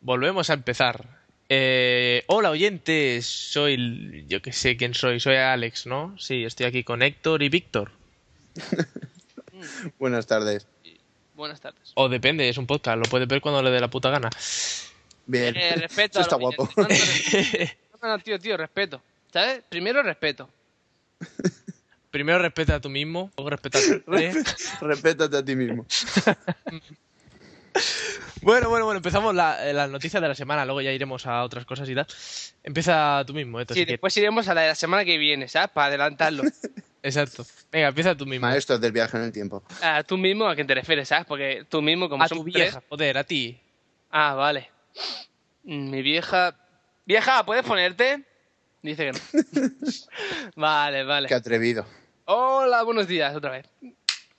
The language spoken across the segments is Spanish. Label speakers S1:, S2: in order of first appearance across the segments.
S1: volvemos a empezar. Eh, hola oyentes, soy, yo que sé quién soy, soy Alex, ¿no? Sí, estoy aquí con Héctor y Víctor.
S2: Buenas tardes.
S3: Buenas tardes.
S1: O depende, es un podcast, lo puedes ver cuando le dé la puta gana.
S2: Bien.
S3: Eh,
S2: Eso
S3: respeto. a
S2: está
S3: los
S2: guapo.
S3: oyentes. No, no, no, tío, tío, respeto. ¿Sabes? Primero respeto.
S1: Primero respeta a tú mismo, luego respeta a tu padre.
S2: Respétate a ti mismo.
S1: Bueno, bueno, bueno, empezamos la- eh, las noticias de la semana, luego ya iremos a otras cosas y tal. Empieza tú mismo, Héctor,
S3: Sí,
S1: si quieres.
S3: después iremos a la de la semana que viene, ¿sabes? Para adelantarlo.
S1: Exacto. Venga, empieza tú mismo.
S2: Maestros del viaje en el tiempo.
S3: A tú mismo a quién te refieres, ¿sabes? Porque tú mismo, como
S1: a
S3: somos
S1: tu vieja,
S3: tres-
S1: ¿eh? joder, a ti.
S3: Ah, vale. Mm, Mi vieja. Vieja, ¿puedes ponerte? Dice que no. vale, vale.
S2: Qué atrevido.
S3: Hola, buenos días, otra vez.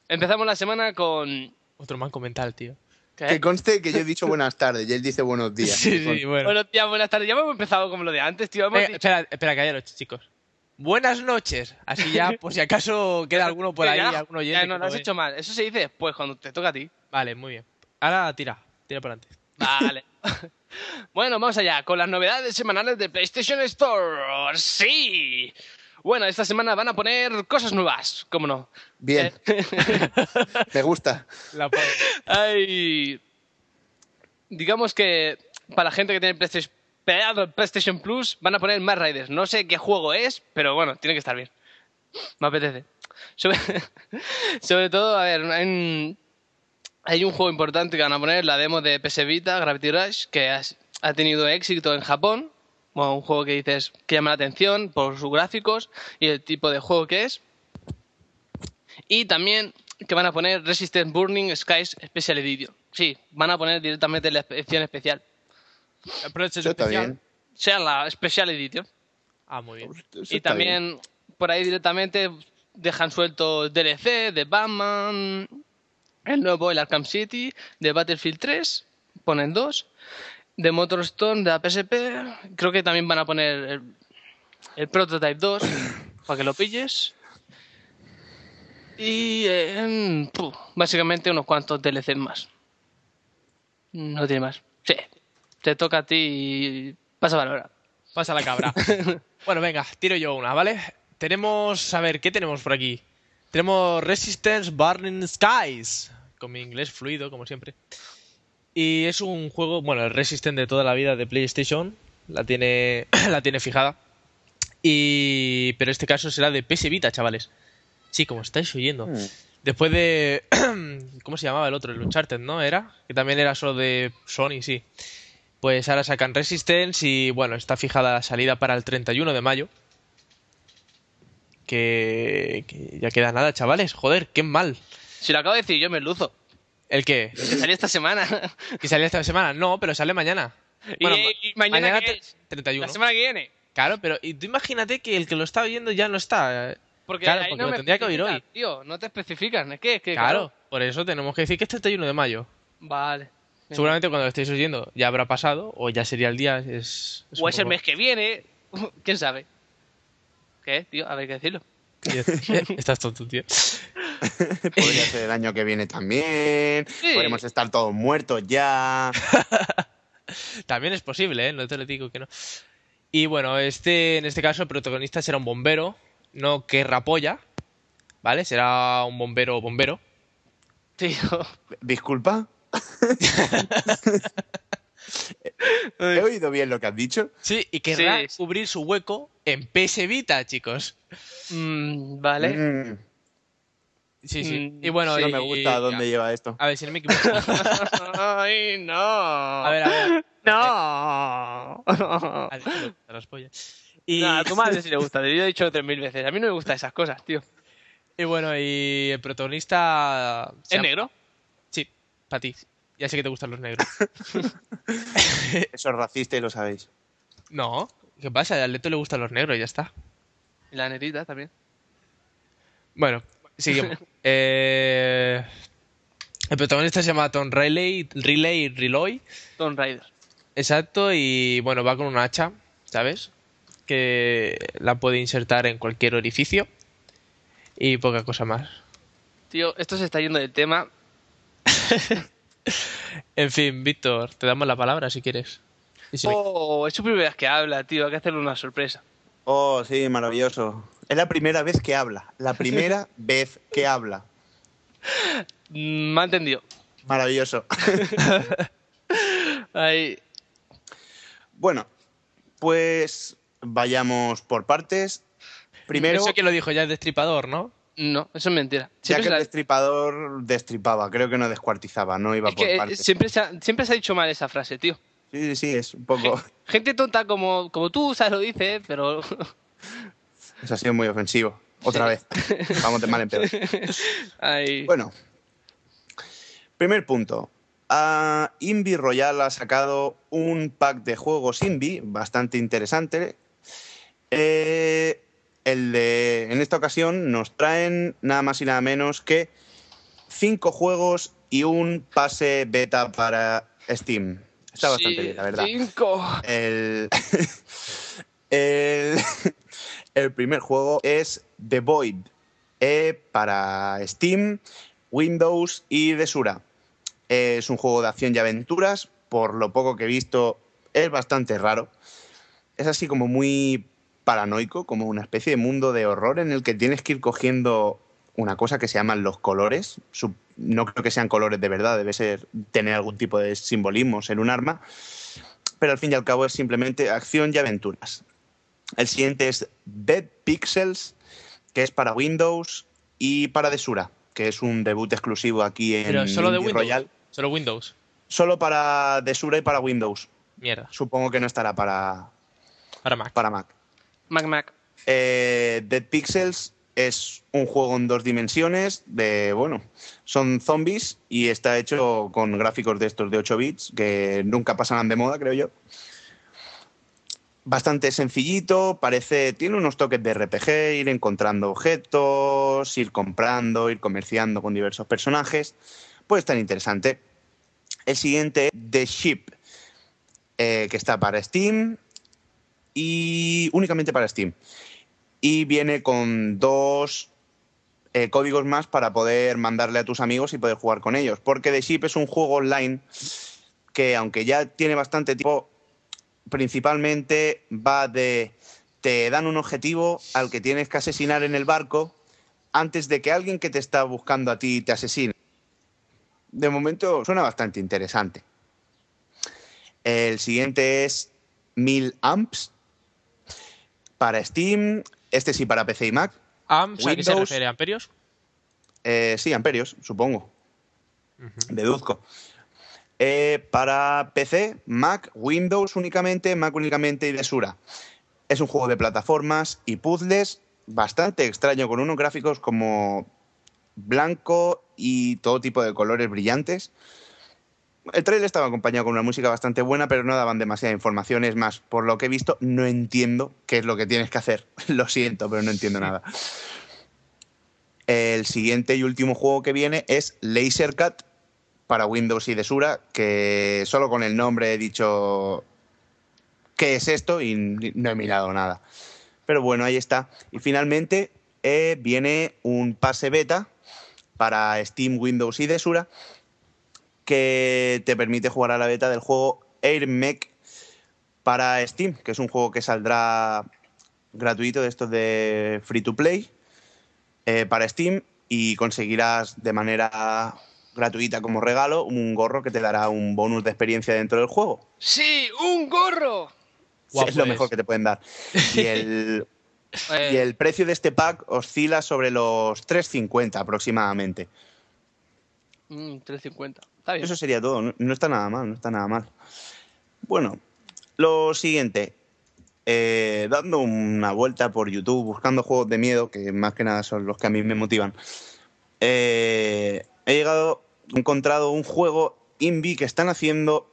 S3: Empezamos la semana con.
S1: Otro manco mental, tío.
S3: ¿Qué?
S2: Que conste que yo he dicho buenas tardes y él dice buenos días.
S1: Sí, sí, bueno.
S3: Buenos días, buenas tardes. Ya hemos empezado como lo de antes, tío. Hemos
S1: Venga,
S3: dicho-
S1: espera, espera, callaros, chicos. Buenas noches. Así ya, por si acaso queda alguno por ahí,
S3: Ya,
S1: alguno oyente.
S3: ya,
S1: que
S3: no,
S1: no
S3: lo has
S1: ve.
S3: hecho mal. Eso se dice después, cuando te toca a ti.
S1: Vale, muy bien. Ahora tira, tira para adelante.
S3: Vale. bueno, vamos allá con las novedades semanales de PlayStation Store. Sí. Bueno, esta semana van a poner cosas nuevas, cómo no.
S2: Bien. Me gusta.
S1: La pongo.
S3: Ay, digamos que para la gente que tiene PlayStation, pegado PlayStation Plus van a poner más Raiders. No sé qué juego es, pero bueno, tiene que estar bien. Me apetece. Sobre, sobre todo, a ver, hay un, hay un juego importante que van a poner, la demo de PS Vita, Gravity Rush, que has- ha tenido éxito en Japón. Bueno, un juego que dices que llama la atención por sus gráficos y el tipo de juego que es. Y también que van a poner Resistance Burning Skies Special Edition. Sí, van a poner directamente la edición especial.
S1: Aprovecha
S2: Eso
S1: tu
S2: está
S1: especial.
S2: bien.
S3: O sea, la Special Edition.
S1: Ah, muy bien.
S2: Eso
S3: Y
S2: está bien.
S3: también por ahí directamente dejan suelto DLC de Batman, el nuevo el Arkham City, de Battlefield 3, ponen dos, de Motorstone de la PSP, creo que también van a poner el, el Prototype 2 para que lo pilles. Y eh, puf, básicamente unos cuantos DLC más. No tiene más. Sí, te toca a ti y pasa valora.
S1: Pasa la cabra. bueno, venga, tiro yo una, ¿vale? Tenemos, a ver, ¿qué tenemos por aquí? Tenemos Resistance Burning Skies, con mi inglés fluido, como siempre. Y es un juego, bueno, el Resistance de toda la vida de PlayStation, la tiene, la tiene fijada. Y, pero este caso será de PS Vita, chavales. Sí, como estáis oyendo.
S2: Mm.
S1: Después de. ¿Cómo se llamaba el otro? El Uncharted, ¿no? Era. Que también era solo de Sony, sí. Pues ahora sacan Resistance y bueno, está fijada la salida para el 31 de mayo. Que, que ya queda nada, chavales. Joder, qué mal.
S3: Si lo acabo de decir yo, me luzo.
S1: ¿El qué?
S3: que salió esta semana.
S1: ¿Que salía esta semana? No, pero sale mañana. Bueno,
S3: ¿Y- y mañana qué
S1: tre-
S3: es?
S1: 31.
S3: La semana que viene.
S1: Claro, pero y tú imagínate que el que lo está oyendo ya no está. eh.
S3: Porque
S1: claro,
S3: ahí
S1: porque
S3: no
S1: lo
S3: me
S1: tendría que oír hoy.
S3: especifican, Tío, no te especifican. Es que, es que
S1: Claro, por eso tenemos que decir que es 31 de mayo.
S3: Vale.
S1: Seguramente cuando lo estéis oyendo ya habrá pasado o ya sería el día. Es, es
S3: O
S1: un
S3: es el
S1: poco-
S3: mes que viene. ¿Quién sabe? ¿Qué, tío? A ver qué decirlo.
S1: Estás tonto, tío.
S2: Podría ser el año que viene también.
S3: Sí.
S2: Podemos estar todos muertos ya.
S1: También es posible, ¿eh? No te lo digo que no. Y bueno, este, en este caso el protagonista será un bombero, no que rapolla, ¿vale? Será un bombero bombero.
S3: Tío.
S2: Disculpa. ¿He oído bien lo que has dicho?
S1: Sí, y querrá
S3: Sí.
S1: cubrir su hueco en PS Vita, chicos.
S3: Mm, vale.
S2: Mm,
S1: Sí, sí.
S3: Mm,
S1: y bueno,
S2: no
S1: y-
S2: me gusta a dónde lleva esto.
S1: A ver, si no me equivoco.
S3: Ay, no.
S1: A ver, a ver.
S3: No.
S1: A ver, a las pollas. Y,
S3: No, a tu madre sí le gusta. Te lo he dicho tres mil veces. A mí no me gustan esas cosas, tío.
S1: y bueno, y el protagonista... se
S3: ¿Es
S1: llama-
S3: negro?
S1: Sí, para ti. Ya sé que te gustan los negros.
S3: Eh.
S2: Eso es racista y lo sabéis.
S1: No, ¿qué pasa? Al Leto le gustan los negros y ya está.
S3: Y la nerita también.
S1: Bueno, seguimos. Eh, el protagonista se llama Tom Riley, Riley, Riloy.
S3: Tomb Raider.
S1: Exacto, y bueno, va con un hacha, ¿sabes? Que la puede insertar en cualquier orificio. Y poca cosa más.
S3: Tío, esto se está yendo del tema.
S1: En fin, Víctor, te damos la palabra si quieres. Y si me-
S3: Oh, es su primera vez que habla, tío. Hay que hacerle una sorpresa.
S2: Oh, sí, maravilloso. Es la primera vez que habla. La primera vez que habla.
S3: Mm, Me ha entendido.
S2: Maravilloso.
S3: Ay,
S2: Bueno, pues vayamos por partes. Primero,
S1: Eso que lo dijo ya el destripador, ¿no?
S3: no, eso es mentira.
S2: ya
S3: Siempre
S2: que el
S3: se la-
S2: destripador destripaba, creo que no descuartizaba, no iba
S3: es
S2: por
S3: que, eh,
S2: partes.
S3: siempre, se ha, siempre se ha dicho mal esa frase, tío.
S2: Sí, sí, sí, es un poco.
S3: Gente tonta como, como tú, sabes, lo dice, eh, pero
S2: Eso ha sido muy ofensivo. Otra vez. Vamos de mal en peor.
S3: Ay,
S2: Bueno, primer punto. Ah, Invi Royal ha sacado un pack de juegos Invi bastante interesante. Eh, el de, en esta ocasión nos traen nada más y nada menos que cinco juegos y un pase beta para Steam. Está bastante
S3: sí,
S2: bien, la verdad.
S3: Cinco.
S2: El, el, el primer juego es The Void eh, para Steam, Windows y Desura. Es un juego de acción y aventuras. Por lo poco que he visto, es bastante raro. Es así como muy paranoico, como una especie de mundo de horror en el que tienes que ir cogiendo una cosa que se llaman los colores. Sup- No creo que sean colores de verdad, debe ser tener algún tipo de simbolismo, ser un arma pero al fin y al cabo es simplemente acción y aventuras. El siguiente es Dead Pixels, que es para Windows y para Desura, que es un debut exclusivo aquí en
S1: Pero solo de
S2: Indie
S1: Windows.
S2: Royal.
S1: Solo Windows.
S2: Solo para Desura y para Windows.
S1: Mierda.
S2: Supongo que no estará para,
S1: Ahora Mac.
S2: para Mac.
S3: Mac Mac.
S2: Eh, Dead Pixels es un juego en dos dimensiones de, bueno, son zombies y está hecho con gráficos de estos de 8 bits que nunca pasarán de moda, creo yo. Bastante sencillito, parece, tiene unos toques de RPG, ir encontrando objetos, ir comprando, ir comerciando con diversos personajes. Puede estar interesante. El siguiente es The Ship, eh, que está para Steam y únicamente para Steam y viene con dos eh, códigos más para poder mandarle a tus amigos y poder jugar con ellos. Porque The Ship es un juego online que, aunque ya tiene bastante tiempo, principalmente va de. Te dan un objetivo al que tienes que asesinar en el barco antes de que alguien que te está buscando a ti te asesine. De momento suena bastante interesante. El siguiente es 1000 amps para Steam, este sí para PC y Mac,
S1: AMPS, ¿a qué se
S2: Windows.
S1: refiere? ¿Amperios?
S2: Eh, sí, amperios, supongo. Deduzco. Eh, para PC, Mac, Windows únicamente, Mac únicamente y Desura. Es un juego de plataformas y puzzles bastante extraño, con unos gráficos como blanco y todo tipo de colores brillantes. El trailer estaba acompañado con una música bastante buena, pero no daban demasiada información. Es más, por lo que he visto, no entiendo qué es lo que tienes que hacer. Lo siento, pero no entiendo nada. El siguiente y último juego que viene es Laser Cut para Windows y Desura, que solo con el nombre he dicho qué es esto y ni- no he mirado nada. Pero bueno, ahí está. Y finalmente eh, viene un pase beta para Steam, Windows y Desura que te permite jugar a la beta del juego Air Mech para Steam, que es un juego que saldrá gratuito de estos de free to play eh, para Steam y conseguirás de manera gratuita como regalo un gorro que te dará un bonus de experiencia dentro del juego.
S3: ¡Sí! ¡Un gorro!
S1: Guapo
S2: es lo
S1: es.
S2: mejor que te pueden dar. Y el,
S3: Eh,
S2: y el precio de este pack oscila sobre los 3.50 aproximadamente.
S3: mm, 3.50. Está bien.
S2: Eso sería todo. No, no está nada mal, no está nada mal. Bueno, lo siguiente. Eh, dando una vuelta por YouTube, buscando juegos de miedo, que más que nada son los que a mí me motivan. eh, he llegado, he encontrado un juego indie que están haciendo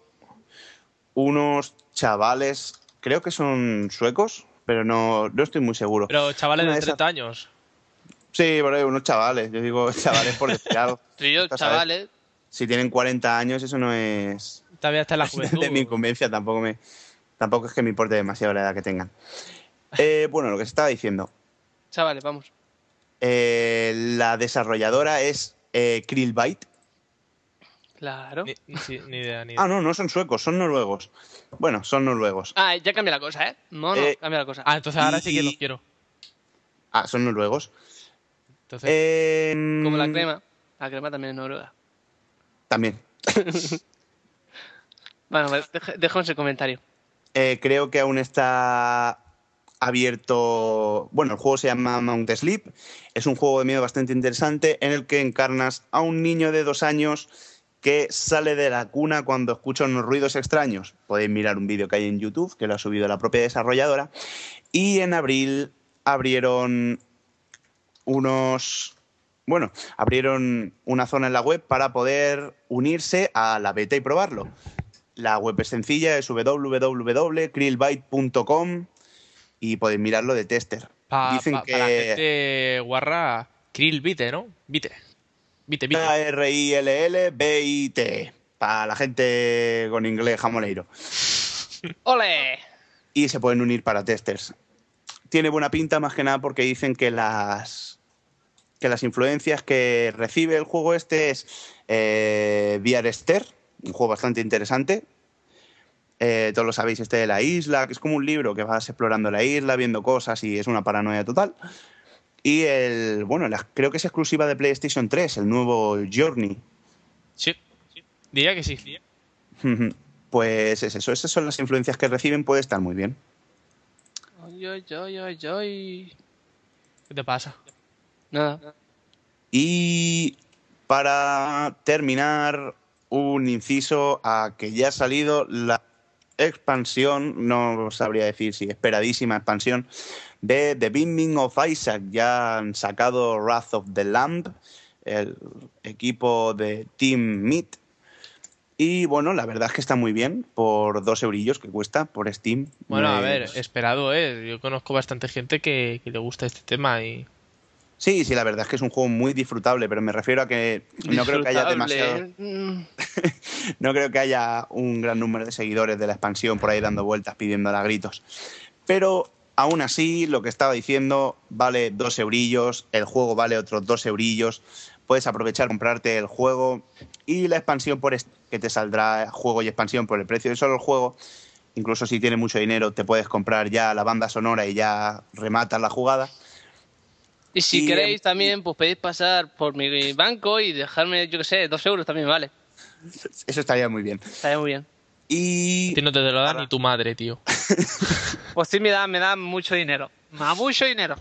S2: unos chavales, creo que son suecos, pero no, no estoy muy seguro.
S1: Pero chavales
S2: Una
S1: de
S2: de esas-
S1: 30 años.
S2: Sí, por ahí unos chavales, yo digo chavales por decir algo.
S3: Tú y yo,
S2: Estas, ¿sabes?
S3: chavales.
S2: Si tienen 40 años, eso no es
S1: Todavía está en la juventud.
S2: de mi incumbencia tampoco me tampoco es que me importe demasiado la edad que tengan Eh, bueno lo que se estaba diciendo
S3: Chavales, vamos.
S2: Eh, la desarrolladora es eh, Krillbyte
S3: Claro.
S1: Ni, sí, ni idea, ni idea.
S2: Ah, no, no son suecos, son noruegos. Bueno, son noruegos.
S3: Ah, ya cambia la cosa, ¿eh? No, no,
S2: Eh,
S3: cambia la cosa.
S1: Ah, entonces ahora sí que
S2: y-
S1: los quiero.
S2: Ah, son noruegos.
S1: Entonces,
S2: Eh,
S3: Como la crema. La crema también es noruega.
S2: También.
S3: Bueno, pues dej- dejemos el comentario.
S2: Eh, creo que aún está abierto. Bueno, el juego se llama Mount Sleep. Es un juego de miedo bastante interesante en el que encarnas a un niño de dos años que sale de la cuna cuando escucha unos ruidos extraños. Podéis mirar un vídeo que hay en YouTube, que lo ha subido la propia desarrolladora. Y en abril abrieron unos. Bueno, abrieron una zona en la web para poder unirse a la beta y probarlo. La web es sencilla, es www.krillbyte.com y podéis mirarlo de tester.
S1: pa-
S2: Dicen
S1: pa-
S2: que
S1: para gente guarra, Krill Vite, ¿no? Vite. Vite, Vite.
S2: Ah, eh. K-R-I-L-L-B-I-T. Para la gente con inglés jamoneiro.
S3: ¡Ole!
S2: Y se pueden unir para testers. Tiene buena pinta más que nada porque dicen que las que las influencias que recibe el juego este es eh, Esther, un juego bastante interesante. Eh, todos lo sabéis, este de la isla, que es como un libro que vas explorando la isla, viendo cosas y es una paranoia total. Y el, bueno, la- creo que es exclusiva de PlayStation 3, el nuevo Journey.
S1: Sí. Diría que sí.
S2: Ujú. Pues es eso, esas son las influencias que reciben, puede estar muy bien.
S3: Oy, oy, oy, oy, oy.
S1: ¿Qué te pasa?
S3: Nada.
S2: Y para terminar, un inciso a que ya ha salido la expansión, no sabría decir si esperadísima expansión, de The Binding of Isaac. Ya han sacado Wrath of the Lamb, el equipo de Team Meat. Y bueno, la verdad es que está muy bien, por dos eurillos que cuesta, por Steam.
S1: Bueno, a
S2: Me-
S1: ver, esperado, ¿eh? Yo conozco bastante gente que, que le gusta este tema y...
S2: Sí, sí, la verdad es que es un juego muy disfrutable, pero me refiero a que no creo que haya demasiado...
S3: Disfrutable. Mm.
S2: No creo que haya un gran número de seguidores de la expansión por ahí dando vueltas pidiéndola a gritos. Pero aún así, lo que estaba diciendo vale dos eurillos, el juego vale otros dos eurillos. Puedes aprovechar, comprarte el juego y la expansión por est- que te saldrá juego y expansión por el precio de solo el juego. Incluso si tienes mucho dinero, te puedes comprar ya la banda sonora y ya rematas la jugada.
S3: Y si
S2: Y,
S3: queréis
S2: em,
S3: también, pues podéis pasar por mi banco y dejarme, yo qué sé, dos euros también, vale.
S2: Eso estaría muy bien.
S3: Está muy bien.
S2: Y
S1: A ti no te lo da
S2: Ahora.
S1: ni tu madre, tío.
S3: Pues sí, me da, me da mucho dinero. Ma- Mucho dinero.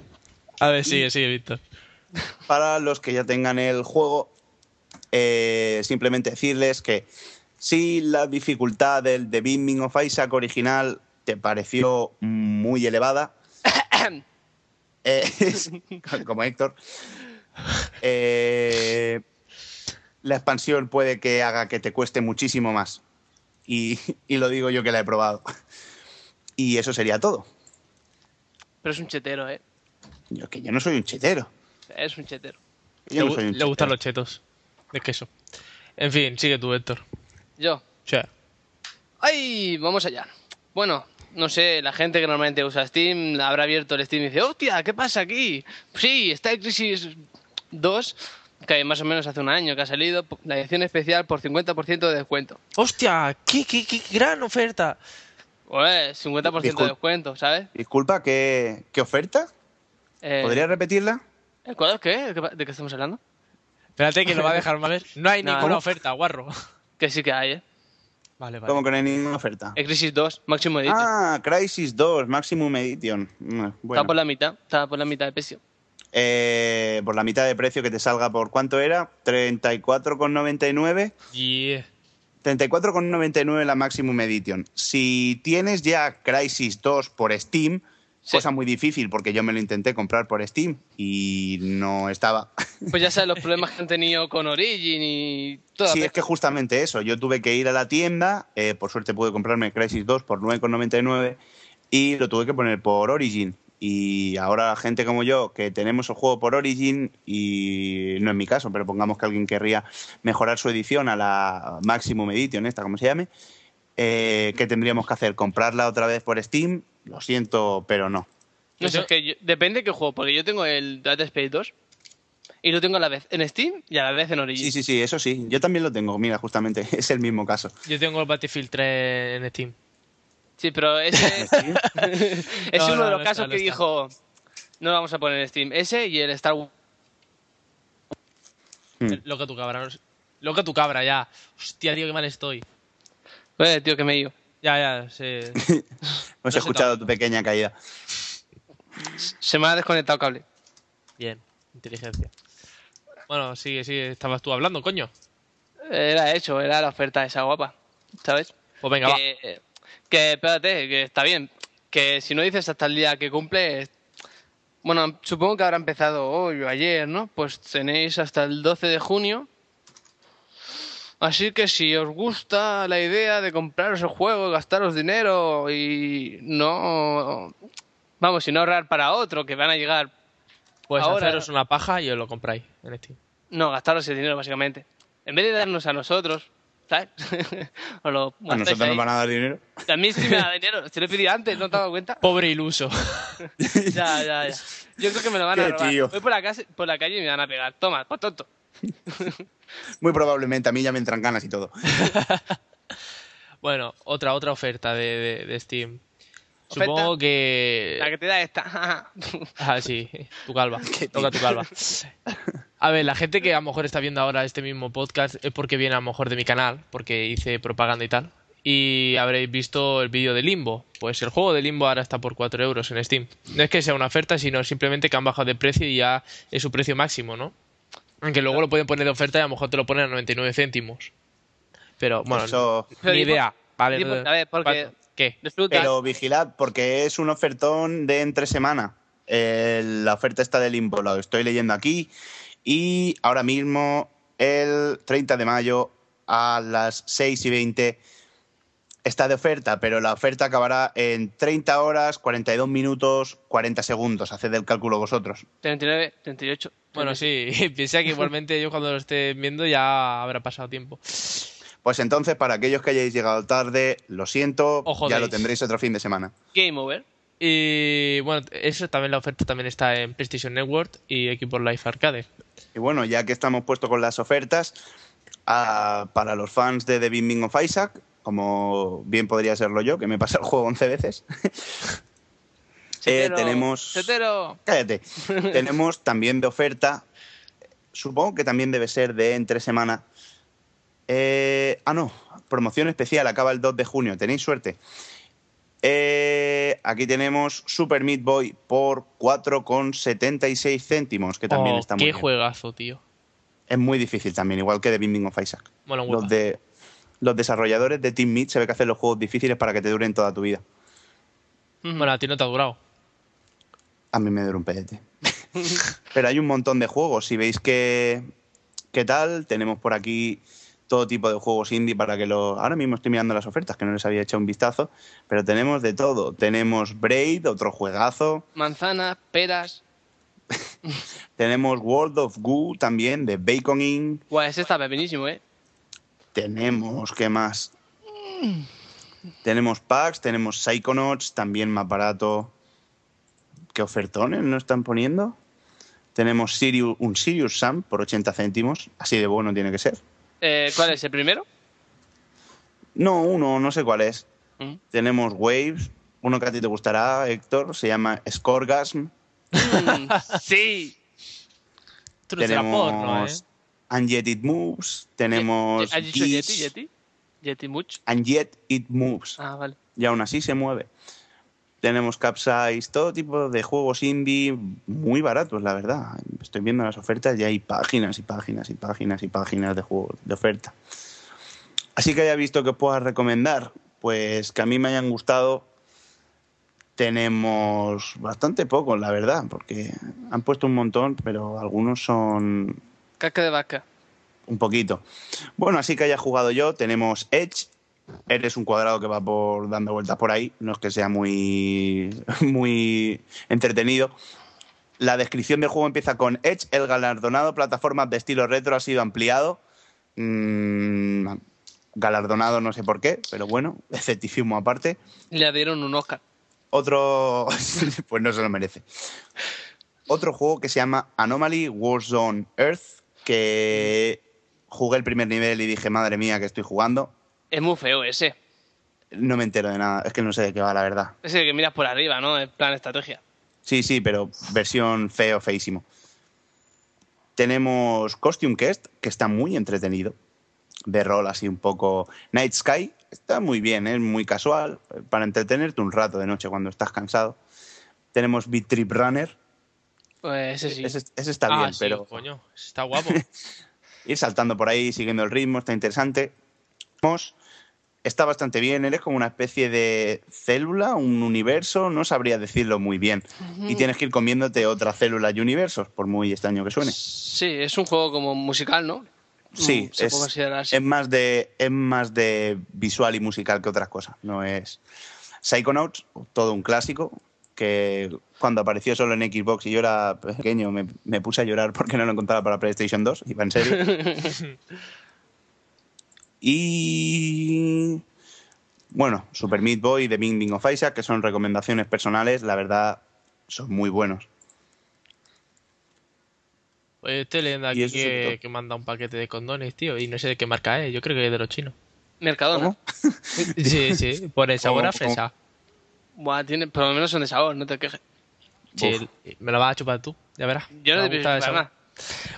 S1: A ver, sigue, sigue, Víctor.
S2: para los que ya tengan el juego, eh, simplemente decirles que si la dificultad del The Binding of Isaac original te pareció muy elevada, eh, es- como Héctor, eh, la expansión puede que haga que te cueste muchísimo más. Y, y lo digo yo que la he probado. Y eso sería todo.
S3: Pero es un chetero, ¿eh?
S2: Yo, que yo no soy un chetero.
S3: Es un chetero.
S1: le,
S2: Yo no
S1: gu-
S2: soy un
S1: le gustan
S2: chetero.
S1: los chetos de queso. En fin, sigue tú, Héctor.
S3: Yo.
S1: O sea,
S3: ¡Ay! Vamos allá. Bueno, no sé, la gente que normalmente usa Steam habrá abierto el Steam y dice, ¡hostia! ¿Qué pasa aquí? Sí, está el Crisis 2, que más o menos hace un año que ha salido, la edición especial por 50% de descuento.
S1: ¡Hostia! ¡Qué, qué, qué gran oferta!
S3: Oye, 50% de
S2: Disculpa.
S3: descuento, ¿sabes?
S2: Disculpa, ¿qué, qué oferta?
S3: Eh,
S2: ¿Podría repetirla?
S3: ¿el cuadro qué? ¿De qué pa- ¿De qué estamos hablando?
S1: Espérate que lo va a dejar mal. ver. No hay
S3: No,
S1: ninguna
S3: no.
S1: oferta, guarro.
S3: Que sí que hay, ¿eh?
S1: Vale, vale.
S2: ¿Cómo que no hay ninguna oferta?
S3: El Crisis 2, máximo edición.
S2: Ah, Crisis 2, Maximum Edition. Mm,
S3: Está por
S2: Bueno,
S3: la mitad, está por la mitad de precio.
S2: Eh, por la mitad de precio que te salga por cuánto era, 34,99.
S1: Yeah.
S2: 34,99 la Maximum Edition. Si tienes ya Crisis 2 por Steam,
S3: Sí.
S2: cosa muy difícil porque yo me lo intenté comprar por Steam y no estaba.
S3: Pues ya sabes los problemas que han tenido con Origin y toda
S2: Sí,
S3: la
S2: es que justamente eso. Yo tuve que ir a la tienda, eh, por suerte pude comprarme Crisis 2 por 9,99 y lo tuve que poner por Origin. Y ahora la gente como yo, que tenemos el juego por Origin, y no es mi caso, pero pongamos que alguien querría mejorar su edición a la Maximum Edition, esta como se llame, eh, ¿qué tendríamos que hacer? ¿Comprarla otra vez por Steam? Lo siento, pero no.
S3: No sé,
S1: Yo-
S3: es que yo- depende de qué juego, porque yo tengo el Dead Space 2 Y lo tengo a la vez en Steam y a la vez en Origin.
S2: Sí, sí, sí, eso sí. Yo también lo tengo. Mira, justamente es el mismo caso.
S1: Yo tengo el Battlefield 3 en Steam.
S3: Sí, pero ese es
S1: No,
S3: uno
S1: no,
S3: de los
S1: no
S3: casos
S1: está, no
S3: que
S1: está.
S3: dijo no lo vamos a poner en Steam. Ese y el Star Wars.
S2: Mm.
S1: Loca tu cabra. no- Loca tu cabra, ya. Hostia, tío, qué mal estoy.
S3: Eh, tío, que me he ido.
S1: Ya, ya, sí.
S2: Os
S1: sé
S2: he escuchado tu pequeña caída.
S3: Se me ha desconectado cable.
S1: Bien, inteligencia. Bueno, sigue, sigue. Estabas tú hablando, coño.
S3: Era eso, era la oferta esa guapa. ¿Sabes?
S1: Pues venga, va.
S3: que, que, espérate, que está bien. Que si no dices hasta el día que cumple. Bueno, supongo que habrá empezado hoy o ayer, ¿no? Pues tenéis hasta el 12 de junio. Así que si os gusta la idea de compraros el juego, gastaros dinero y no. Vamos, y no ahorrar para otro, que van a llegar.
S1: Pues
S3: ahora-
S1: haceros una paja y os lo compráis en Steam.
S3: No, gastaros el dinero, básicamente. En vez de darnos a nosotros, ¿sabes? Os lo
S2: A
S3: gastáis
S2: nosotros
S3: ahí.
S2: nos van a dar dinero.
S3: También sí me da dinero. Te lo he pedido antes, ¿no te has dado cuenta?
S1: Pobre iluso.
S3: Ya, ya, ya. Yo creo que me lo van a
S2: Qué
S3: robar.
S2: tío.
S3: Voy por la, casa- por la calle y me van a pegar. Toma, por tonto.
S2: Muy probablemente a mí ya me entran ganas y todo.
S1: bueno, otra, otra oferta de, de- de Steam.
S3: ¿Oferta?
S1: Supongo
S3: La que
S1: que...
S3: te da esta.
S1: Ah, sí, tu calva. Toca tu calva. A ver, la gente que a lo mejor está viendo ahora este mismo podcast es porque viene a lo mejor de mi canal, porque hice propaganda y tal. Y habréis visto el vídeo de Limbo. Pues el juego de Limbo ahora está por 4 euros en Steam. No es que sea una oferta, sino simplemente que han bajado de precio y ya es su precio máximo, ¿no? Aunque luego lo pueden poner de oferta y a lo mejor te lo ponen a 99 céntimos. Pero bueno,
S2: Eso-
S3: Pero
S1: ni
S3: Limbo-
S1: idea. Vale,
S3: Limbo,
S1: no-
S3: a ver, porque-
S1: ¿Qué?
S3: Disfruta.
S2: Pero vigilad, porque es un ofertón de entre semana. Eh, la oferta está del Limbo, lo estoy leyendo aquí. Y ahora mismo, el 30 de mayo, a las 6 y 20, está de oferta, pero la oferta acabará en 30 horas, 42 minutos, 40 segundos. Haced el cálculo vosotros.
S3: 39, 38.
S1: Bueno, sí, piensa que igualmente yo cuando lo esté viendo ya habrá pasado tiempo.
S2: Pues entonces, para aquellos que hayáis llegado tarde, lo siento,
S1: Os jodéis.
S2: ya lo tendréis otro fin de semana.
S3: Game over.
S2: Eh,
S1: Y bueno, eso también la oferta también está en PlayStation Network y Equipo Life Arcade.
S2: Y bueno, ya que estamos puestos con las ofertas, ah, para los fans de The Binding of Isaac, como bien podría serlo yo, que me pasa el juego 11 veces, eh,
S3: Setero,
S2: tenemos...
S3: Setero.
S2: Cállate. tenemos también de oferta, supongo que también debe ser de entre semana. eh, ah, no, promoción especial, acaba el 2 de junio, tenéis suerte. Eh, aquí tenemos Super Meat Boy por 4,76 céntimos, que también
S1: Oh,
S2: está muy
S1: qué
S2: bien.
S1: juegazo, tío.
S2: Es muy difícil también, igual que The Binding of Isaac.
S1: Mola un huevo.
S2: Los, de, los desarrolladores de Team Meat se ve que hacen los juegos difíciles para que te duren toda tu vida.
S1: Bueno, a ti no te ha durado.
S2: A mí me dura un pedete. Pero hay un montón de juegos. Si veis que. ¿Qué tal? Tenemos por aquí todo tipo de juegos indie para que lo. Ahora mismo estoy mirando las ofertas, que no les había echado un vistazo. Pero tenemos de todo. Tenemos Braid, otro juegazo.
S3: Manzanas, peras.
S2: Tenemos World of Goo también, de Bacon Inc.
S3: Guau, ese está pepinísimo, ¿eh?
S2: Tenemos, ¿qué más? Tenemos packs, tenemos Psychonauts, también más barato. ¿Qué ofertones nos están poniendo? Tenemos Sirius, un Sirius Sam por 80 céntimos. Así de bueno tiene que ser.
S3: Eh, ¿Cuál es? ¿El primero?
S2: No, uno, no sé cuál es.
S3: Mm.
S2: Tenemos Waves, uno que a ti te gustará, Héctor, se llama Scorgasm.
S3: Mm, sí.
S1: Esto no será porno, ¿eh?
S2: Tenemos Unjet It Moves, tenemos
S3: ¿Has dicho
S2: Geese,
S3: Yeti? ¿Yeti? ¿Yeti mucho?
S2: And Yet It Moves.
S3: Ah, vale.
S2: y aún así se mueve. Tenemos Capsize, todo tipo de juegos indie muy baratos, la verdad. Estoy viendo las ofertas y hay páginas y páginas y páginas y páginas de juegos de oferta. Así que haya visto que pueda recomendar, pues que a mí me hayan gustado. Tenemos bastante pocos, la verdad, porque han puesto un montón, pero algunos son
S3: Casca de vaca.
S2: un poquito. Bueno, así que haya jugado yo, tenemos Edge. Eres un cuadrado que va por dando vueltas por ahí, no es que sea muy, muy entretenido. La descripción del juego empieza con Edge, el galardonado plataformas de estilo retro ha sido ampliado. Mm, galardonado no sé por qué, pero bueno, escepticismo aparte.
S3: Le dieron un Oscar.
S2: Otro, pues no se lo merece. otro juego que se llama Anomaly Warzone Earth, que jugué el primer nivel y dije, madre mía, que estoy jugando.
S3: Es muy feo ese.
S2: No me entero de nada, es que no sé de qué va, la verdad.
S3: Ese que miras por arriba, ¿no? En plan estrategia.
S2: Sí, sí, pero versión feo, feísimo. Tenemos Costume Quest, que está muy entretenido. De rol así un poco. Night Sky, está muy bien, es muy casual. Para entretenerte un rato de noche cuando estás cansado. Tenemos Beat Trip Runner.
S3: Pues ese sí.
S2: Ese, ese está
S1: ah,
S2: bien,
S1: sí,
S2: pero
S1: coño, está guapo.
S2: ir saltando por ahí, siguiendo el ritmo, está interesante. Mos, Está bastante bien, eres como una especie de célula, un universo, no sabría decirlo muy bien. Y tienes que ir comiéndote otras células y universos, por muy extraño que suene.
S3: Sí, es un juego como musical, ¿no?
S2: Sí,
S3: Mm, se
S2: es,
S3: puede considerar así.
S2: es más de, es más de visual y musical que otras cosas. No es. Psychonauts, todo un clásico, que cuando apareció solo en Xbox y yo era pequeño, me, me puse a llorar porque no lo encontraba para PlayStation 2, iba en serio. y. Bueno, Super Meat Boy y The Bing Bing of Isaac, que son recomendaciones personales, la verdad, son muy buenos.
S1: Oye, estoy leyendo aquí
S2: Y eso es
S1: que,
S2: todo.
S1: que manda un paquete de condones, tío, y no sé de qué marca es, yo creo que es de los chinos.
S3: Mercadona.
S2: ¿Cómo?
S1: Sí, sí, pone sabor a
S2: ¿Cómo, cómo?
S1: fresa.
S3: Buah, tiene, por lo menos son de sabor, no te quejes.
S1: Sí, me la vas a chupar tú, ya verás.
S3: Yo no
S1: Me
S3: te pido
S1: gusta el sabor.
S3: nada.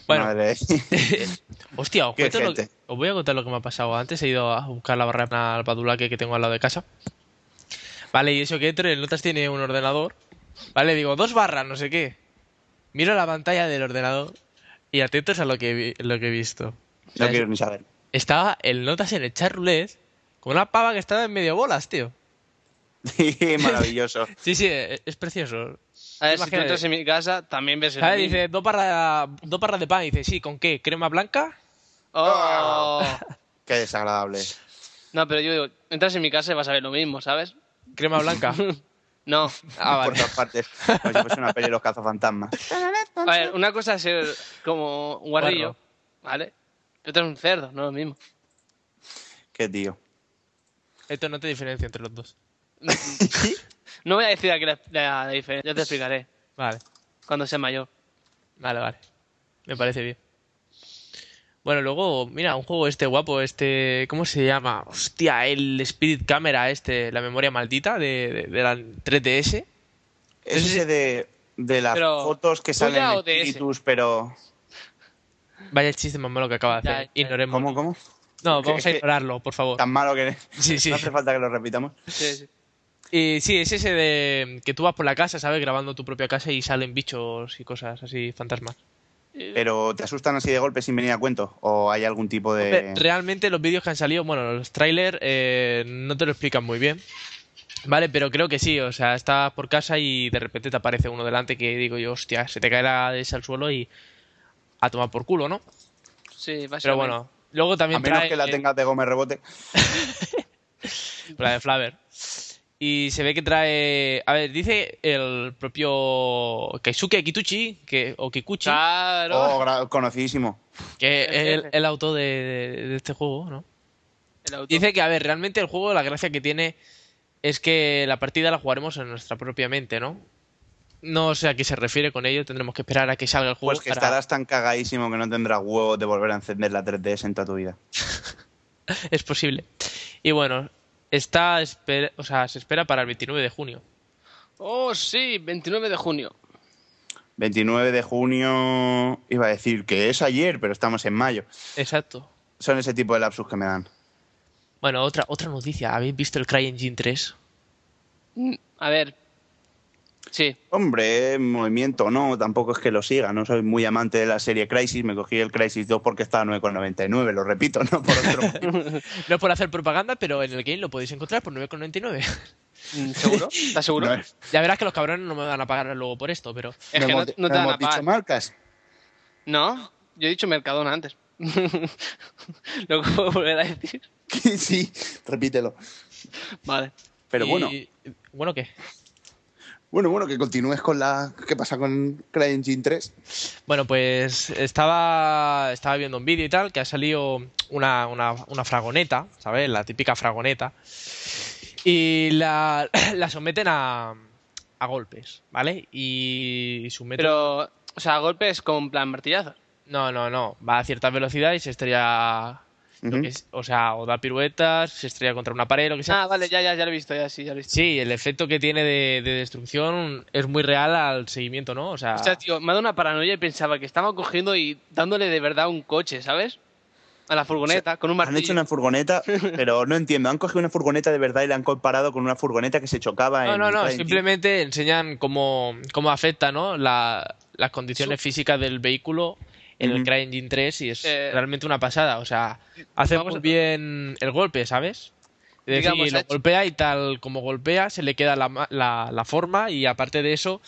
S1: Bueno,
S2: Madre.
S1: Hostia, os,
S2: Qué
S1: cuento lo
S2: gente.
S1: que- os voy a contar lo que me ha pasado. Antes he ido a buscar la barra al badulaque que tengo al lado de casa. Vale, y eso que entro, el Notas tiene un ordenador. Vale, digo, dos barras, no sé qué. Miro la pantalla del ordenador y atentos a lo que, vi- lo que he visto.
S2: No quiero ni saber.
S1: Estaba el Notas en el chat roulette con una pava que estaba en medio bolas, tío.
S2: Maravilloso.
S1: Sí, sí, es, es precioso.
S3: A ver, si tú
S1: Imagínate.
S3: entras en mi casa, también ves el
S1: ¿Sabes?
S3: vídeo.
S1: Dice, dos barras, dos barras de pan. Y dice, sí, ¿con qué? ¿Crema blanca?
S3: ¡Oh!
S2: Qué desagradable.
S3: No, pero yo digo, entras en mi casa y vas a ver lo mismo, ¿sabes?
S1: ¿Crema blanca?
S3: No.
S1: Ah,
S2: por
S1: vale.
S2: todas partes. Como si fuese una peli de los cazafantasmas.
S3: A ver, una cosa es ser como un guardillo, ¿vale? Y otra es un cerdo, no es lo mismo.
S2: Qué tío.
S1: Esto no te diferencia entre los dos.
S3: No voy a decir aquí la, la- la diferencia, ya te explicaré
S1: Vale.
S3: cuando sea mayor.
S1: Vale, vale. Me parece bien. Bueno, luego, mira, un juego este guapo, este. ¿Cómo se llama? Hostia, el Spirit Camera, este, la memoria maldita de, de- de la 3DS.
S2: Es ese de, de las
S3: Pero,
S2: fotos que
S3: ¿tuya
S2: salen en
S3: o de ese?
S2: espíritus, pero.
S1: Vaya chiste más malo que acaba de
S3: Ya,
S1: hacer.
S3: ya.
S1: Ignoremos.
S2: ¿Cómo, cómo?
S1: No,
S2: Que-
S1: vamos a
S2: que-
S1: ignorarlo, por favor.
S2: Tan malo que
S1: Sí, sí.
S2: no hace falta que lo repitamos.
S3: Sí, sí.
S1: Y sí, es ese de que tú vas por la casa, ¿sabes? Grabando tu propia casa y salen bichos y cosas así, fantasmas.
S2: Pero te asustan así de golpe sin venir a cuento. O hay algún tipo de.
S1: Hombre, Realmente los vídeos que han salido, bueno, los trailers eh, no te lo explican muy bien. Vale, pero creo que sí, o sea, estás por casa y de repente te aparece uno delante que digo yo, hostia, se te cae la de al suelo y a tomar por culo, ¿no?
S3: Sí, básicamente.
S1: Pero bueno, luego
S2: A
S1: también
S2: menos
S1: trae,
S2: que la
S1: eh,
S2: tengas de goma y rebote.
S1: la de Flaver. Y se ve que trae, a ver, dice el propio Keisuke Kituchi, que, o Kikuchi,
S3: Ah, Claro.
S2: Oh, gra- conocidísimo.
S1: que es
S3: el
S1: el,
S3: jefe.
S1: el autor de- de este juego, ¿no?
S3: El auto.
S1: Dice que, a ver, realmente el juego, la gracia que tiene es que la partida la jugaremos en nuestra propia mente, ¿no? No sé a qué se refiere con ello, tendremos que esperar a que salga el juego.
S2: Pues que
S1: para-
S2: estarás tan cagadísimo que no tendrás huevos de volver a encender la 3DS en toda tu vida.
S1: Es posible. Y bueno, está esper- o sea, se espera para el 29 de junio.
S3: Oh, sí, 29 de junio.
S2: 29 de junio. Iba a decir que es ayer, pero estamos en mayo.
S1: Exacto.
S2: Son ese tipo de lapsus que me dan.
S1: Bueno, otra, otra noticia. ¿Habéis visto el CryEngine 3?
S3: Mm, A ver. Sí.
S2: Hombre, movimiento no, tampoco es que lo siga, no soy muy amante de la serie Crisis, me cogí el Crisis 2 porque estaba a 9,99, lo repito, no por otro motivo.
S1: No es por hacer propaganda, pero en el game lo podéis encontrar por 9,99.
S3: Mm, ¿Seguro? ¿Estás seguro?
S2: No,
S3: es
S1: ya verás que los cabrones no me van a pagar luego por esto, pero...
S3: que
S2: no
S3: no,
S2: hemos,
S3: no te
S2: no
S3: van
S2: hemos
S3: a
S2: dicho
S3: pagar.
S2: marcas.
S3: No, yo he dicho Mercadona antes. Lo que puedo volver a decir.
S2: sí, repítelo.
S3: Vale.
S2: Pero
S1: Y-
S2: bueno,
S1: Bueno, ¿qué?
S2: bueno, bueno, que continúes con la... ¿Qué pasa con CryEngine 3?
S1: Bueno, pues estaba, estaba viendo un vídeo y tal, que ha salido una, una, una fragoneta, ¿sabes? La típica fragoneta. Y la, la someten a, a golpes, ¿vale? Y su método...
S3: Pero, o sea, golpes con plan martillazo.
S1: No, no, no. Va a cierta velocidad y se estrella... lo
S2: Ujú.
S1: que es- o sea, o da piruetas, se estrella contra una pared, lo que sea.
S3: Ah, vale, ya, ya, ya lo he visto, ya sí, ya lo he visto.
S1: Sí, el efecto que tiene de, de destrucción es muy real al seguimiento, ¿no? O sea,
S3: O sea, tío, me ha dado una paranoia y pensaba que estaba cogiendo y dándole de verdad un coche, ¿sabes? A la furgoneta, con un
S2: Han
S3: martillo.
S2: hecho una furgoneta, pero no entiendo. Han cogido una furgoneta de verdad y la han comparado con una furgoneta que se chocaba
S1: no,
S2: en.
S1: no, no,
S2: Racing.
S1: simplemente enseñan cómo, cómo afecta, ¿no? La- las condiciones físicas del vehículo en el
S2: Ujú.
S1: CryEngine 3 y es
S3: Eh,
S1: realmente una pasada, o sea, hace
S3: vamos
S1: muy
S3: a-
S1: bien el golpe, ¿sabes? Es decir,
S3: Digamos, eh, ha
S1: lo
S3: hecho-
S1: golpea y tal como golpea se le queda la, ma- la- la forma y aparte de eso,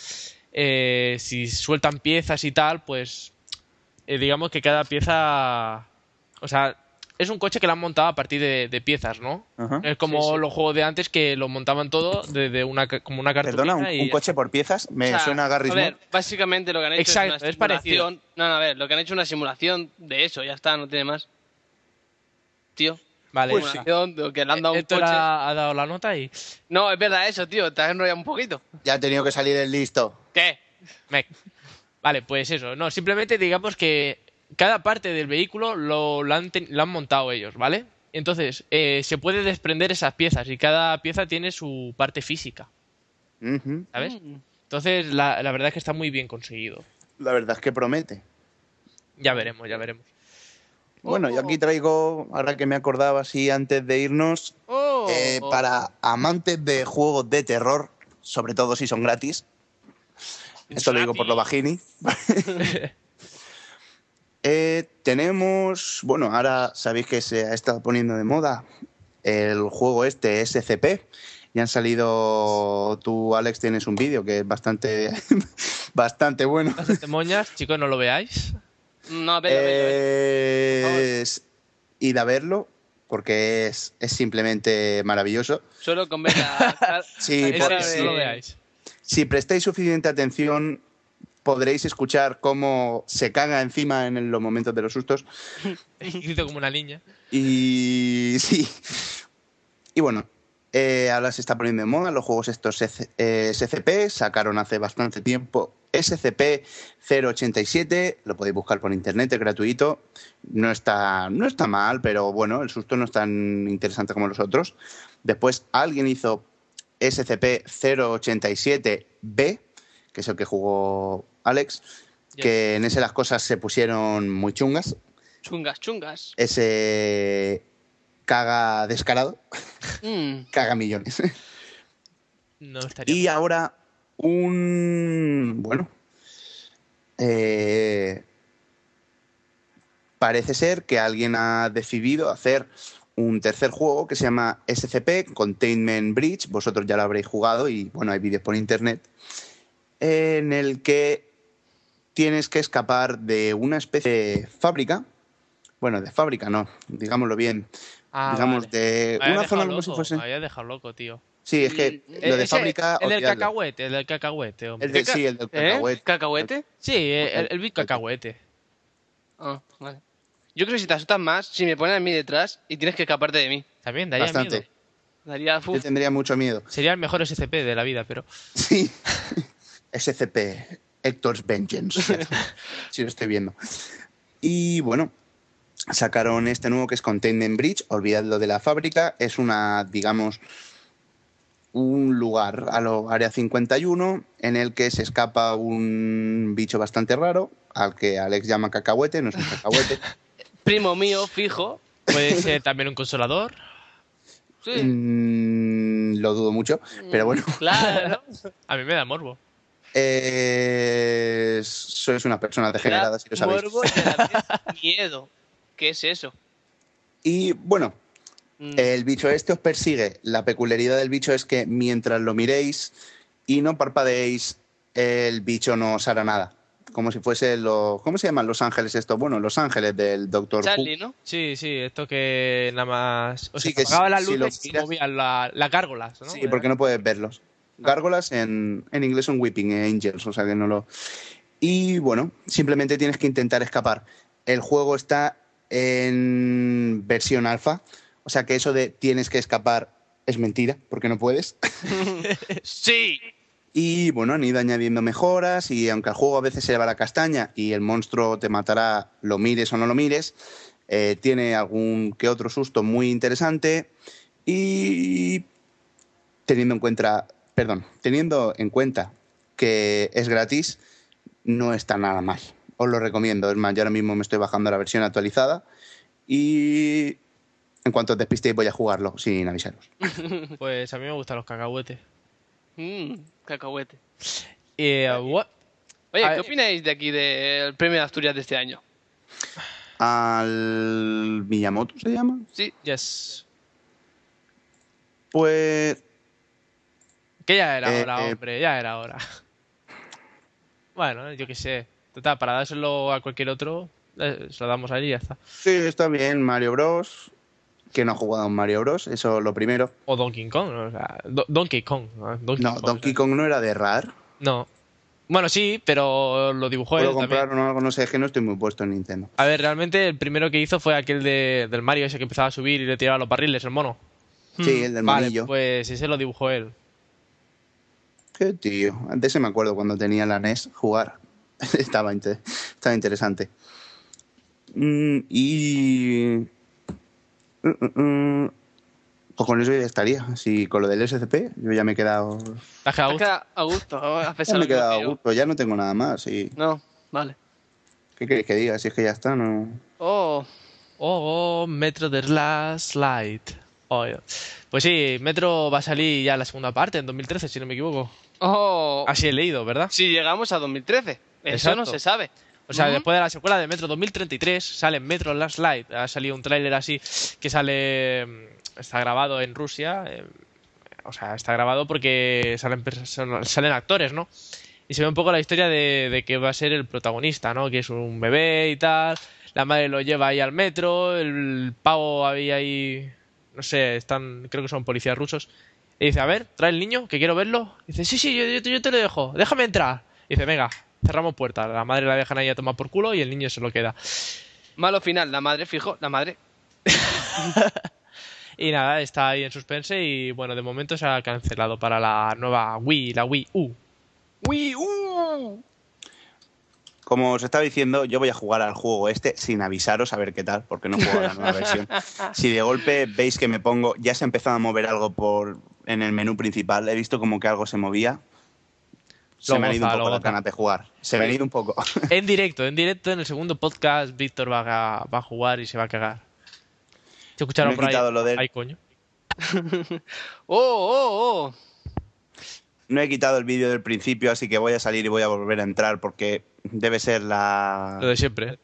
S1: eh, si sueltan piezas y tal, pues eh, digamos que cada pieza... O sea, es un coche que lo han montado a partir de, de piezas, ¿no?
S2: Ajá.
S1: No es como
S3: Sí, sí.
S1: los juegos de antes que lo montaban todo desde una, ca- como una cartulina
S2: Perdona, un,
S1: y...
S2: un coche por piezas. Me
S3: O sea,
S2: Eh, suena a Garry's
S3: a
S2: Mod.
S3: ver, básicamente lo que han hecho
S1: Exacto,
S3: es una
S1: es parecido.
S3: simulación. No, no, a ver, lo que han hecho es una simulación de eso, ya está, no tiene más. Tío,
S1: Vale, Eh, o
S3: una
S1: sea,
S3: simulación de que le han dado un
S1: Héctor
S3: coche.
S1: ha, ha dado la nota y...
S3: No, es verdad eso, tío, te has enrollado un poquito.
S2: Ya ha tenido que salir el listo.
S3: ¿Qué?
S1: Mec. Vale, pues eso. No, simplemente digamos que cada parte del vehículo lo, lo han, ten- lo han montado ellos, ¿vale? Entonces, eh, se puede desprender esas piezas y cada pieza tiene su parte física,
S2: Ujú.
S1: ¿sabes?
S3: Mm.
S1: Entonces, la, la verdad es que está muy bien conseguido.
S2: La verdad es que promete.
S1: Ya veremos, ya veremos.
S3: Oh.
S2: Bueno, yo aquí traigo, ahora que me acordaba así antes de irnos,
S3: Oh,
S2: eh, para amantes de juegos de terror, sobre todo si son gratis. Esto lo digo por lo bajini. Eh, tenemos, bueno, ahora sabéis que se ha estado poniendo de moda el juego este SCP. Ya han salido, tú Alex tienes un vídeo que es bastante, bastante bueno.
S1: Bastante moñas, chicos, no lo veáis.
S3: No, venga, venga,
S2: Eh, Es ir a verlo porque es, es simplemente maravilloso.
S3: venga. Solo con ver la-
S2: Sí,
S1: Ese
S2: por-
S3: pobre,
S1: sí
S2: sí.
S1: no lo veáis.
S2: Si prestáis suficiente atención, podréis escuchar cómo se caga encima en los momentos de los sustos.
S1: Grito como una niña.
S2: Y sí. Y bueno, eh, ahora se está poniendo de moda los juegos estos SC eh, SCP, sacaron hace bastante tiempo SCP-087, lo podéis buscar por internet, es gratuito. No está, no está mal, pero bueno, el susto no es tan interesante como los otros. Después alguien hizo SCP-087-B, que es el que jugó Alex,
S1: Ya.
S2: que en ese las cosas se pusieron muy chungas
S3: Chungas, chungas.
S2: ese caga descarado,
S3: Mm.
S2: caga millones.
S1: No estaría.
S2: Y ahora un... Bueno. eh, parece ser que alguien ha decidido hacer un tercer juego que se llama SCP Containment Bridge. Vosotros ya lo habréis jugado y bueno, hay vídeos por internet. En el que tienes que escapar de una especie de fábrica. Bueno, de fábrica no, digámoslo bien.
S1: Ah,
S2: digamos,
S1: vale.
S2: de
S1: Me había
S2: Eh, una
S1: dejado
S2: zona como si
S1: loco,
S2: fuese.
S1: Me había dejado loco, tío.
S2: Sí, es que
S3: Mm,
S2: lo de
S1: Eh, Ese-
S2: fábrica.
S1: El del
S2: olvidadlo.
S1: cacahuete, el del cacahuete, hombre.
S2: El de- sí, el del cacahuete.
S3: ¿Eh? ¿Cacahuete?
S1: Sí, el, el bit cacahuete.
S3: Ah, vale. Yo creo que si te asustas más, si me ponen a mí detrás y tienes que escaparte de mí.
S1: También daría
S2: Bastante.
S1: miedo.
S3: Daría
S2: Yo
S3: uf,
S2: tendría mucho miedo.
S1: Sería el mejor SCP de la vida, pero.
S2: Sí. SCP, Hector's Vengeance. si lo estoy viendo. Y bueno, sacaron este nuevo que es Containment Bridge. Olvidad lo de la fábrica. Es una, digamos, un lugar a lo área 51 en el que se escapa un bicho bastante raro al que Alex llama cacahuete. No es un cacahuete.
S3: primo mío, fijo.
S1: Puede ser también un consolador.
S3: Sí.
S2: Mm, lo dudo mucho, pero bueno.
S3: Claro.
S1: A mí me da morbo.
S2: Eh, sois una persona degenerada, si lo sabéis.
S3: Morbo y a la vez miedo. ¿Qué es eso?
S2: Y bueno,
S3: Mm.
S2: el bicho este os persigue. La peculiaridad del bicho es que mientras lo miréis y no parpadeéis, el bicho no os hará nada. Como si fuese los. ¿Cómo se llaman los ángeles estos? Bueno, los ángeles del Doctor
S3: Charlie,
S2: Who.
S3: ¿no?
S1: Sí, sí, esto que nada más. O sea,
S2: Sí,
S1: se
S2: que
S1: apagaba
S2: si-
S1: la
S2: si
S1: luz
S2: lo
S1: y se
S2: giras-
S1: movían la- las gárgolas, ¿no?
S2: Sí, porque no puedes verlos. Gárgolas en, en inglés son Weeping eh, Angels, o sea que no lo. Y bueno, simplemente tienes que intentar escapar. El juego está en versión alfa, o sea que eso de tienes que escapar es mentira, porque no puedes.
S3: Sí.
S2: Y bueno, han ido añadiendo mejoras y aunque el juego a veces se lleva la castaña y el monstruo te matará, lo mires o no lo mires, eh, tiene algún que otro susto muy interesante y teniendo en cuenta, perdón, teniendo en cuenta que es gratis, no está nada mal. Os lo recomiendo. Es más, yo ahora mismo me estoy bajando la versión actualizada y en cuanto os despistéis voy a jugarlo sin avisaros.
S1: Pues a mí me gustan los cacahuetes.
S3: Mm, cacahuete.
S1: Eh, what-
S3: Oye,
S1: A
S3: ¿qué
S1: ver.
S3: opináis de aquí del premio de Asturias de este año?
S2: Al Miyamoto se llama.
S3: Sí,
S1: Yes.
S2: Pues
S1: Que ya era
S2: Eh,
S1: hora,
S2: eh.
S1: hombre, ya era hora. Bueno, yo qué sé. Total, para dárselo a cualquier otro, eh, se lo damos a él y ya está.
S2: sí, está bien Mario Bros. Que no ha jugado a un Mario Bros. Eso es lo primero.
S1: O Donkey Kong, ¿no? o sea, Do- Donkey Kong. Pues ¿no? Donkey
S2: No,
S1: Kong,
S2: Donkey
S1: o sea,
S2: Kong no era de RAR.
S1: No. Bueno, sí, pero lo dibujó él
S2: Puedo
S1: también.
S2: comprar o algo, no sé, es que no estoy muy puesto en Nintendo.
S1: A ver, realmente el primero que hizo fue aquel de, del Mario, ese que empezaba a subir y le tiraba los barriles, el mono.
S2: Sí, el del
S1: Hmm, vale,
S2: manillo.
S1: pues ese lo dibujó él.
S2: Qué tío. Antes se me acuerdo cuando tenía la NES jugar. estaba, inte- estaba interesante. Mm, y. Mm, mm, mm. Pues con eso ya estaría. Si con lo del SCP, yo ya me he quedado.
S1: ¿Te has quedado a
S3: te
S1: gusto?
S3: queda a gusto, a pesar
S2: Ya me
S3: de
S2: he
S3: lo
S2: quedado a
S3: que yo.
S2: gusto, ya no tengo nada más. Y...
S3: No, vale.
S2: ¿Qué queréis que diga? Si es que ya está, no.
S3: Oh,
S1: Oh, oh, Metro The Last Light. Oh, yeah. pues sí, Metro va a salir ya la segunda parte en 2013, si no me equivoco.
S3: oh.
S1: Así he leído, ¿verdad?
S3: Si llegamos a 2013. Eso
S1: Exacto.
S3: no se sabe.
S1: O sea,
S3: Ujú.
S1: después de la secuela de Metro 2033 sale Metro Last Light. Ha salido un tráiler así que sale... mm, Está grabado en Rusia. eh, o sea, está grabado porque salen, perso- salen actores, ¿no? Y se ve un poco la historia de, de que va a ser el protagonista, ¿no? Que es un bebé y tal. La madre lo lleva ahí al metro. El pavo había ahí... No sé, están... Creo que son policías rusos. Y dice, a ver, trae el niño, que quiero verlo. Y dice, sí, sí, yo, yo te- yo te lo dejo, déjame entrar. Y dice, venga, cerramos puertas. La madre la dejan ahí a tomar por culo y el niño se lo queda.
S3: Malo final, la madre, fijo, la madre.
S1: Y nada, está ahí en suspense y bueno, de momento se ha cancelado para la nueva Wii, la Wii U.
S3: ¡Uy, uh!
S2: Como os estaba diciendo, yo voy a jugar al juego este sin avisaros a ver qué tal, porque no juego a la nueva versión. Si de golpe veis que me pongo, ya se ha empezado a mover algo por en el menú principal, he visto como que algo se movía. Se
S1: Lo
S2: me han ido un
S1: goza,
S2: poco
S1: lo
S2: las
S1: goza.
S2: ganas de jugar. Se me han ido un poco.
S1: En directo, en directo, en el segundo podcast, Víctor va a, va a jugar y se va a cagar. ¿Te escucharon
S2: Me he
S1: por ahí?
S2: quitado lo del-
S1: Ay, coño.
S3: ¡Oh, oh, oh!
S2: No he quitado el vídeo del principio, así que voy a salir y voy a volver a entrar porque debe ser la
S1: Lo de siempre.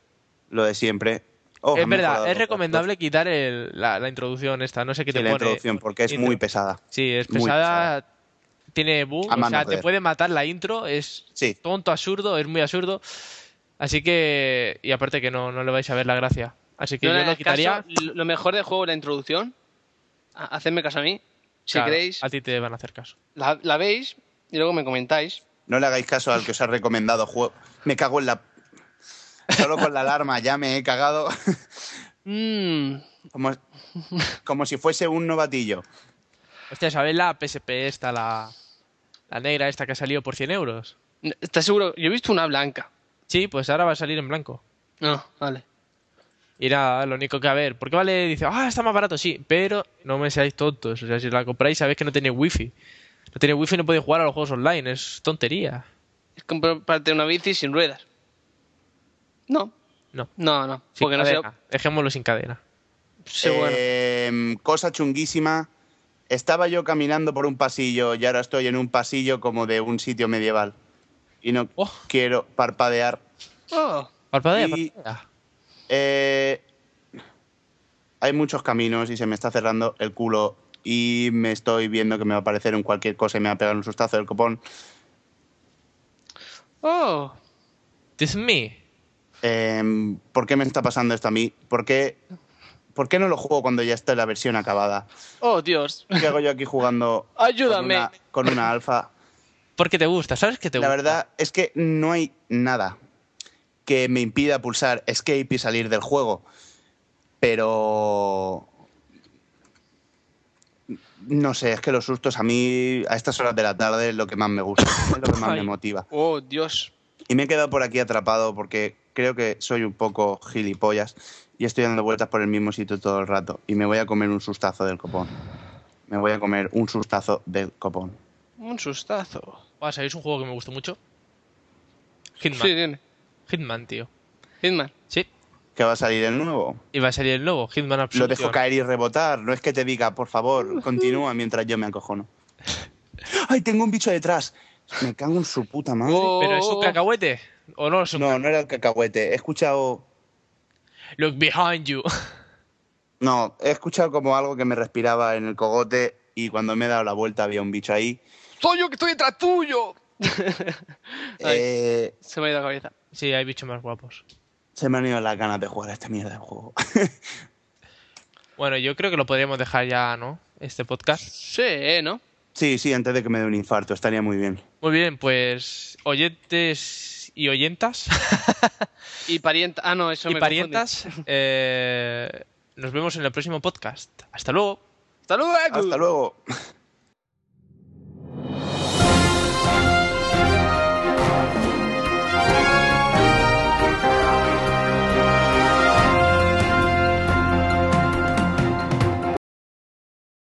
S2: lo de siempre. Oh,
S1: es
S2: han mejorado
S1: verdad, es
S2: los
S1: recomendable quitar el- la, la introducción esta, no sé qué
S2: gráficos
S1: te
S2: y la
S1: pone.
S2: introducción porque es
S1: Intro.
S2: muy pesada.
S1: Sí, es
S2: Muy
S1: pesada. Tiene bug,
S2: A
S1: o
S2: más
S1: sea,
S2: no
S1: te
S2: poder.
S1: puede matar la intro, es
S2: Sí.
S1: tonto, absurdo, es muy absurdo. Así que. Y aparte que no, no le vais a ver la gracia. Así que
S3: No
S1: yo
S3: le
S1: lo
S3: hagáis
S1: quitaría.
S3: caso, lo- lo mejor del juego es la introducción. Ha- Hacedme caso a mí. Si
S1: Claro,
S3: queréis,
S1: A ti te van a hacer caso.
S3: la, la veis y luego me comentáis.
S2: No le hagáis caso al que os ha recomendado juego. Me cago en la. Solo con la alarma ya me he cagado.
S3: Mmm.
S2: Como, como si fuese un novatillo.
S1: Hostia, ¿sabéis la PSP esta, la, la negra esta que ha salido por 100 euros?
S3: ¿Estás seguro? Yo he visto una blanca.
S1: Sí, pues ahora va a salir en blanco.
S3: No, vale.
S1: Y nada, lo único que a ver, porque vale, dice, ah, está más barato, sí, pero no me seáis tontos. O sea, si la compráis sabéis que no tiene wifi. No tiene wifi, no podéis jugar a los juegos online, es tontería.
S3: Es comprarte una bici sin ruedas. No,
S1: No.
S3: no, no.
S1: Sin
S3: Porque no sé.
S1: cadena. Dejémoslo sin cadena.
S3: sé bueno.
S2: Eh, cosa chunguísima. Estaba yo caminando por un pasillo y ahora estoy en un pasillo como de un sitio medieval. Y no
S1: Oh.
S2: quiero parpadear.
S3: Oh,
S1: Parpadea,
S2: Y-
S1: parpadea.
S2: Eh, hay muchos caminos y se me está cerrando el culo. Y me estoy viendo que me va a aparecer en cualquier cosa y me va a pegar un sustazo del copón.
S3: oh.
S1: This me.
S2: Em, ¿Por qué me está pasando esto a mí? ¿Por qué, ¿Por qué no lo juego cuando ya está la versión acabada?
S3: Oh, Dios.
S2: ¿Qué hago yo aquí jugando con
S3: Ayúdame.
S2: una, con una alfa?
S1: Porque te gusta, ¿sabes que te
S2: La
S1: gusta?
S2: verdad es que no hay nada que me impida pulsar escape y salir del juego. Pero No sé, es que los sustos a mí a estas horas de la tarde es lo que más me gusta, es lo que más me
S3: Ay.
S2: motiva.
S3: Oh, Dios.
S2: Y me he quedado por aquí atrapado porque creo que soy un poco gilipollas y estoy dando vueltas por el mismo sitio todo el rato. Y me voy a comer un sustazo del copón. Me voy a comer un sustazo del copón.
S3: Un sustazo.
S1: Buah, ¿sabéis un juego que me gustó mucho? Hitman.
S3: Sí, tiene.
S1: Hitman, tío.
S3: Hitman.
S1: Sí.
S2: ¿Qué va a salir el nuevo?
S1: Y va a salir el nuevo, Hitman
S2: Lo
S1: Absolution.
S2: dejo caer y rebotar. No es que te diga, por favor, continúa mientras yo me acojono. ¡Ay, tengo un bicho detrás! Me cago en su puta madre.
S3: Oh.
S1: ¿Pero es un cacahuete? ¿O no es un
S2: No, no era el cacahuete. He escuchado.
S1: Look behind you.
S2: No, he escuchado como algo que me respiraba en el cogote y cuando me he dado la vuelta había un bicho ahí.
S3: ¡Soy yo que estoy detrás tuyo! Ay.
S2: Eh,
S3: Se me ha ido la cabeza.
S1: Sí, hay bichos más guapos.
S2: se me han ido las ganas de jugar a esta mierda de juego.
S1: Bueno, yo creo que lo podríamos dejar ya, ¿no? Este podcast.
S3: Sí, ¿eh? ¿no?
S2: sí, sí, antes de que me dé un infarto, estaría muy bien.
S1: Muy bien, pues oyentes y oyentas
S3: Y parienta. Ah, no, eso
S1: y
S3: me
S1: parientas, eh, nos vemos en el próximo podcast. Hasta luego.
S3: confunde. ¡Hasta luego!
S2: Hasta luego.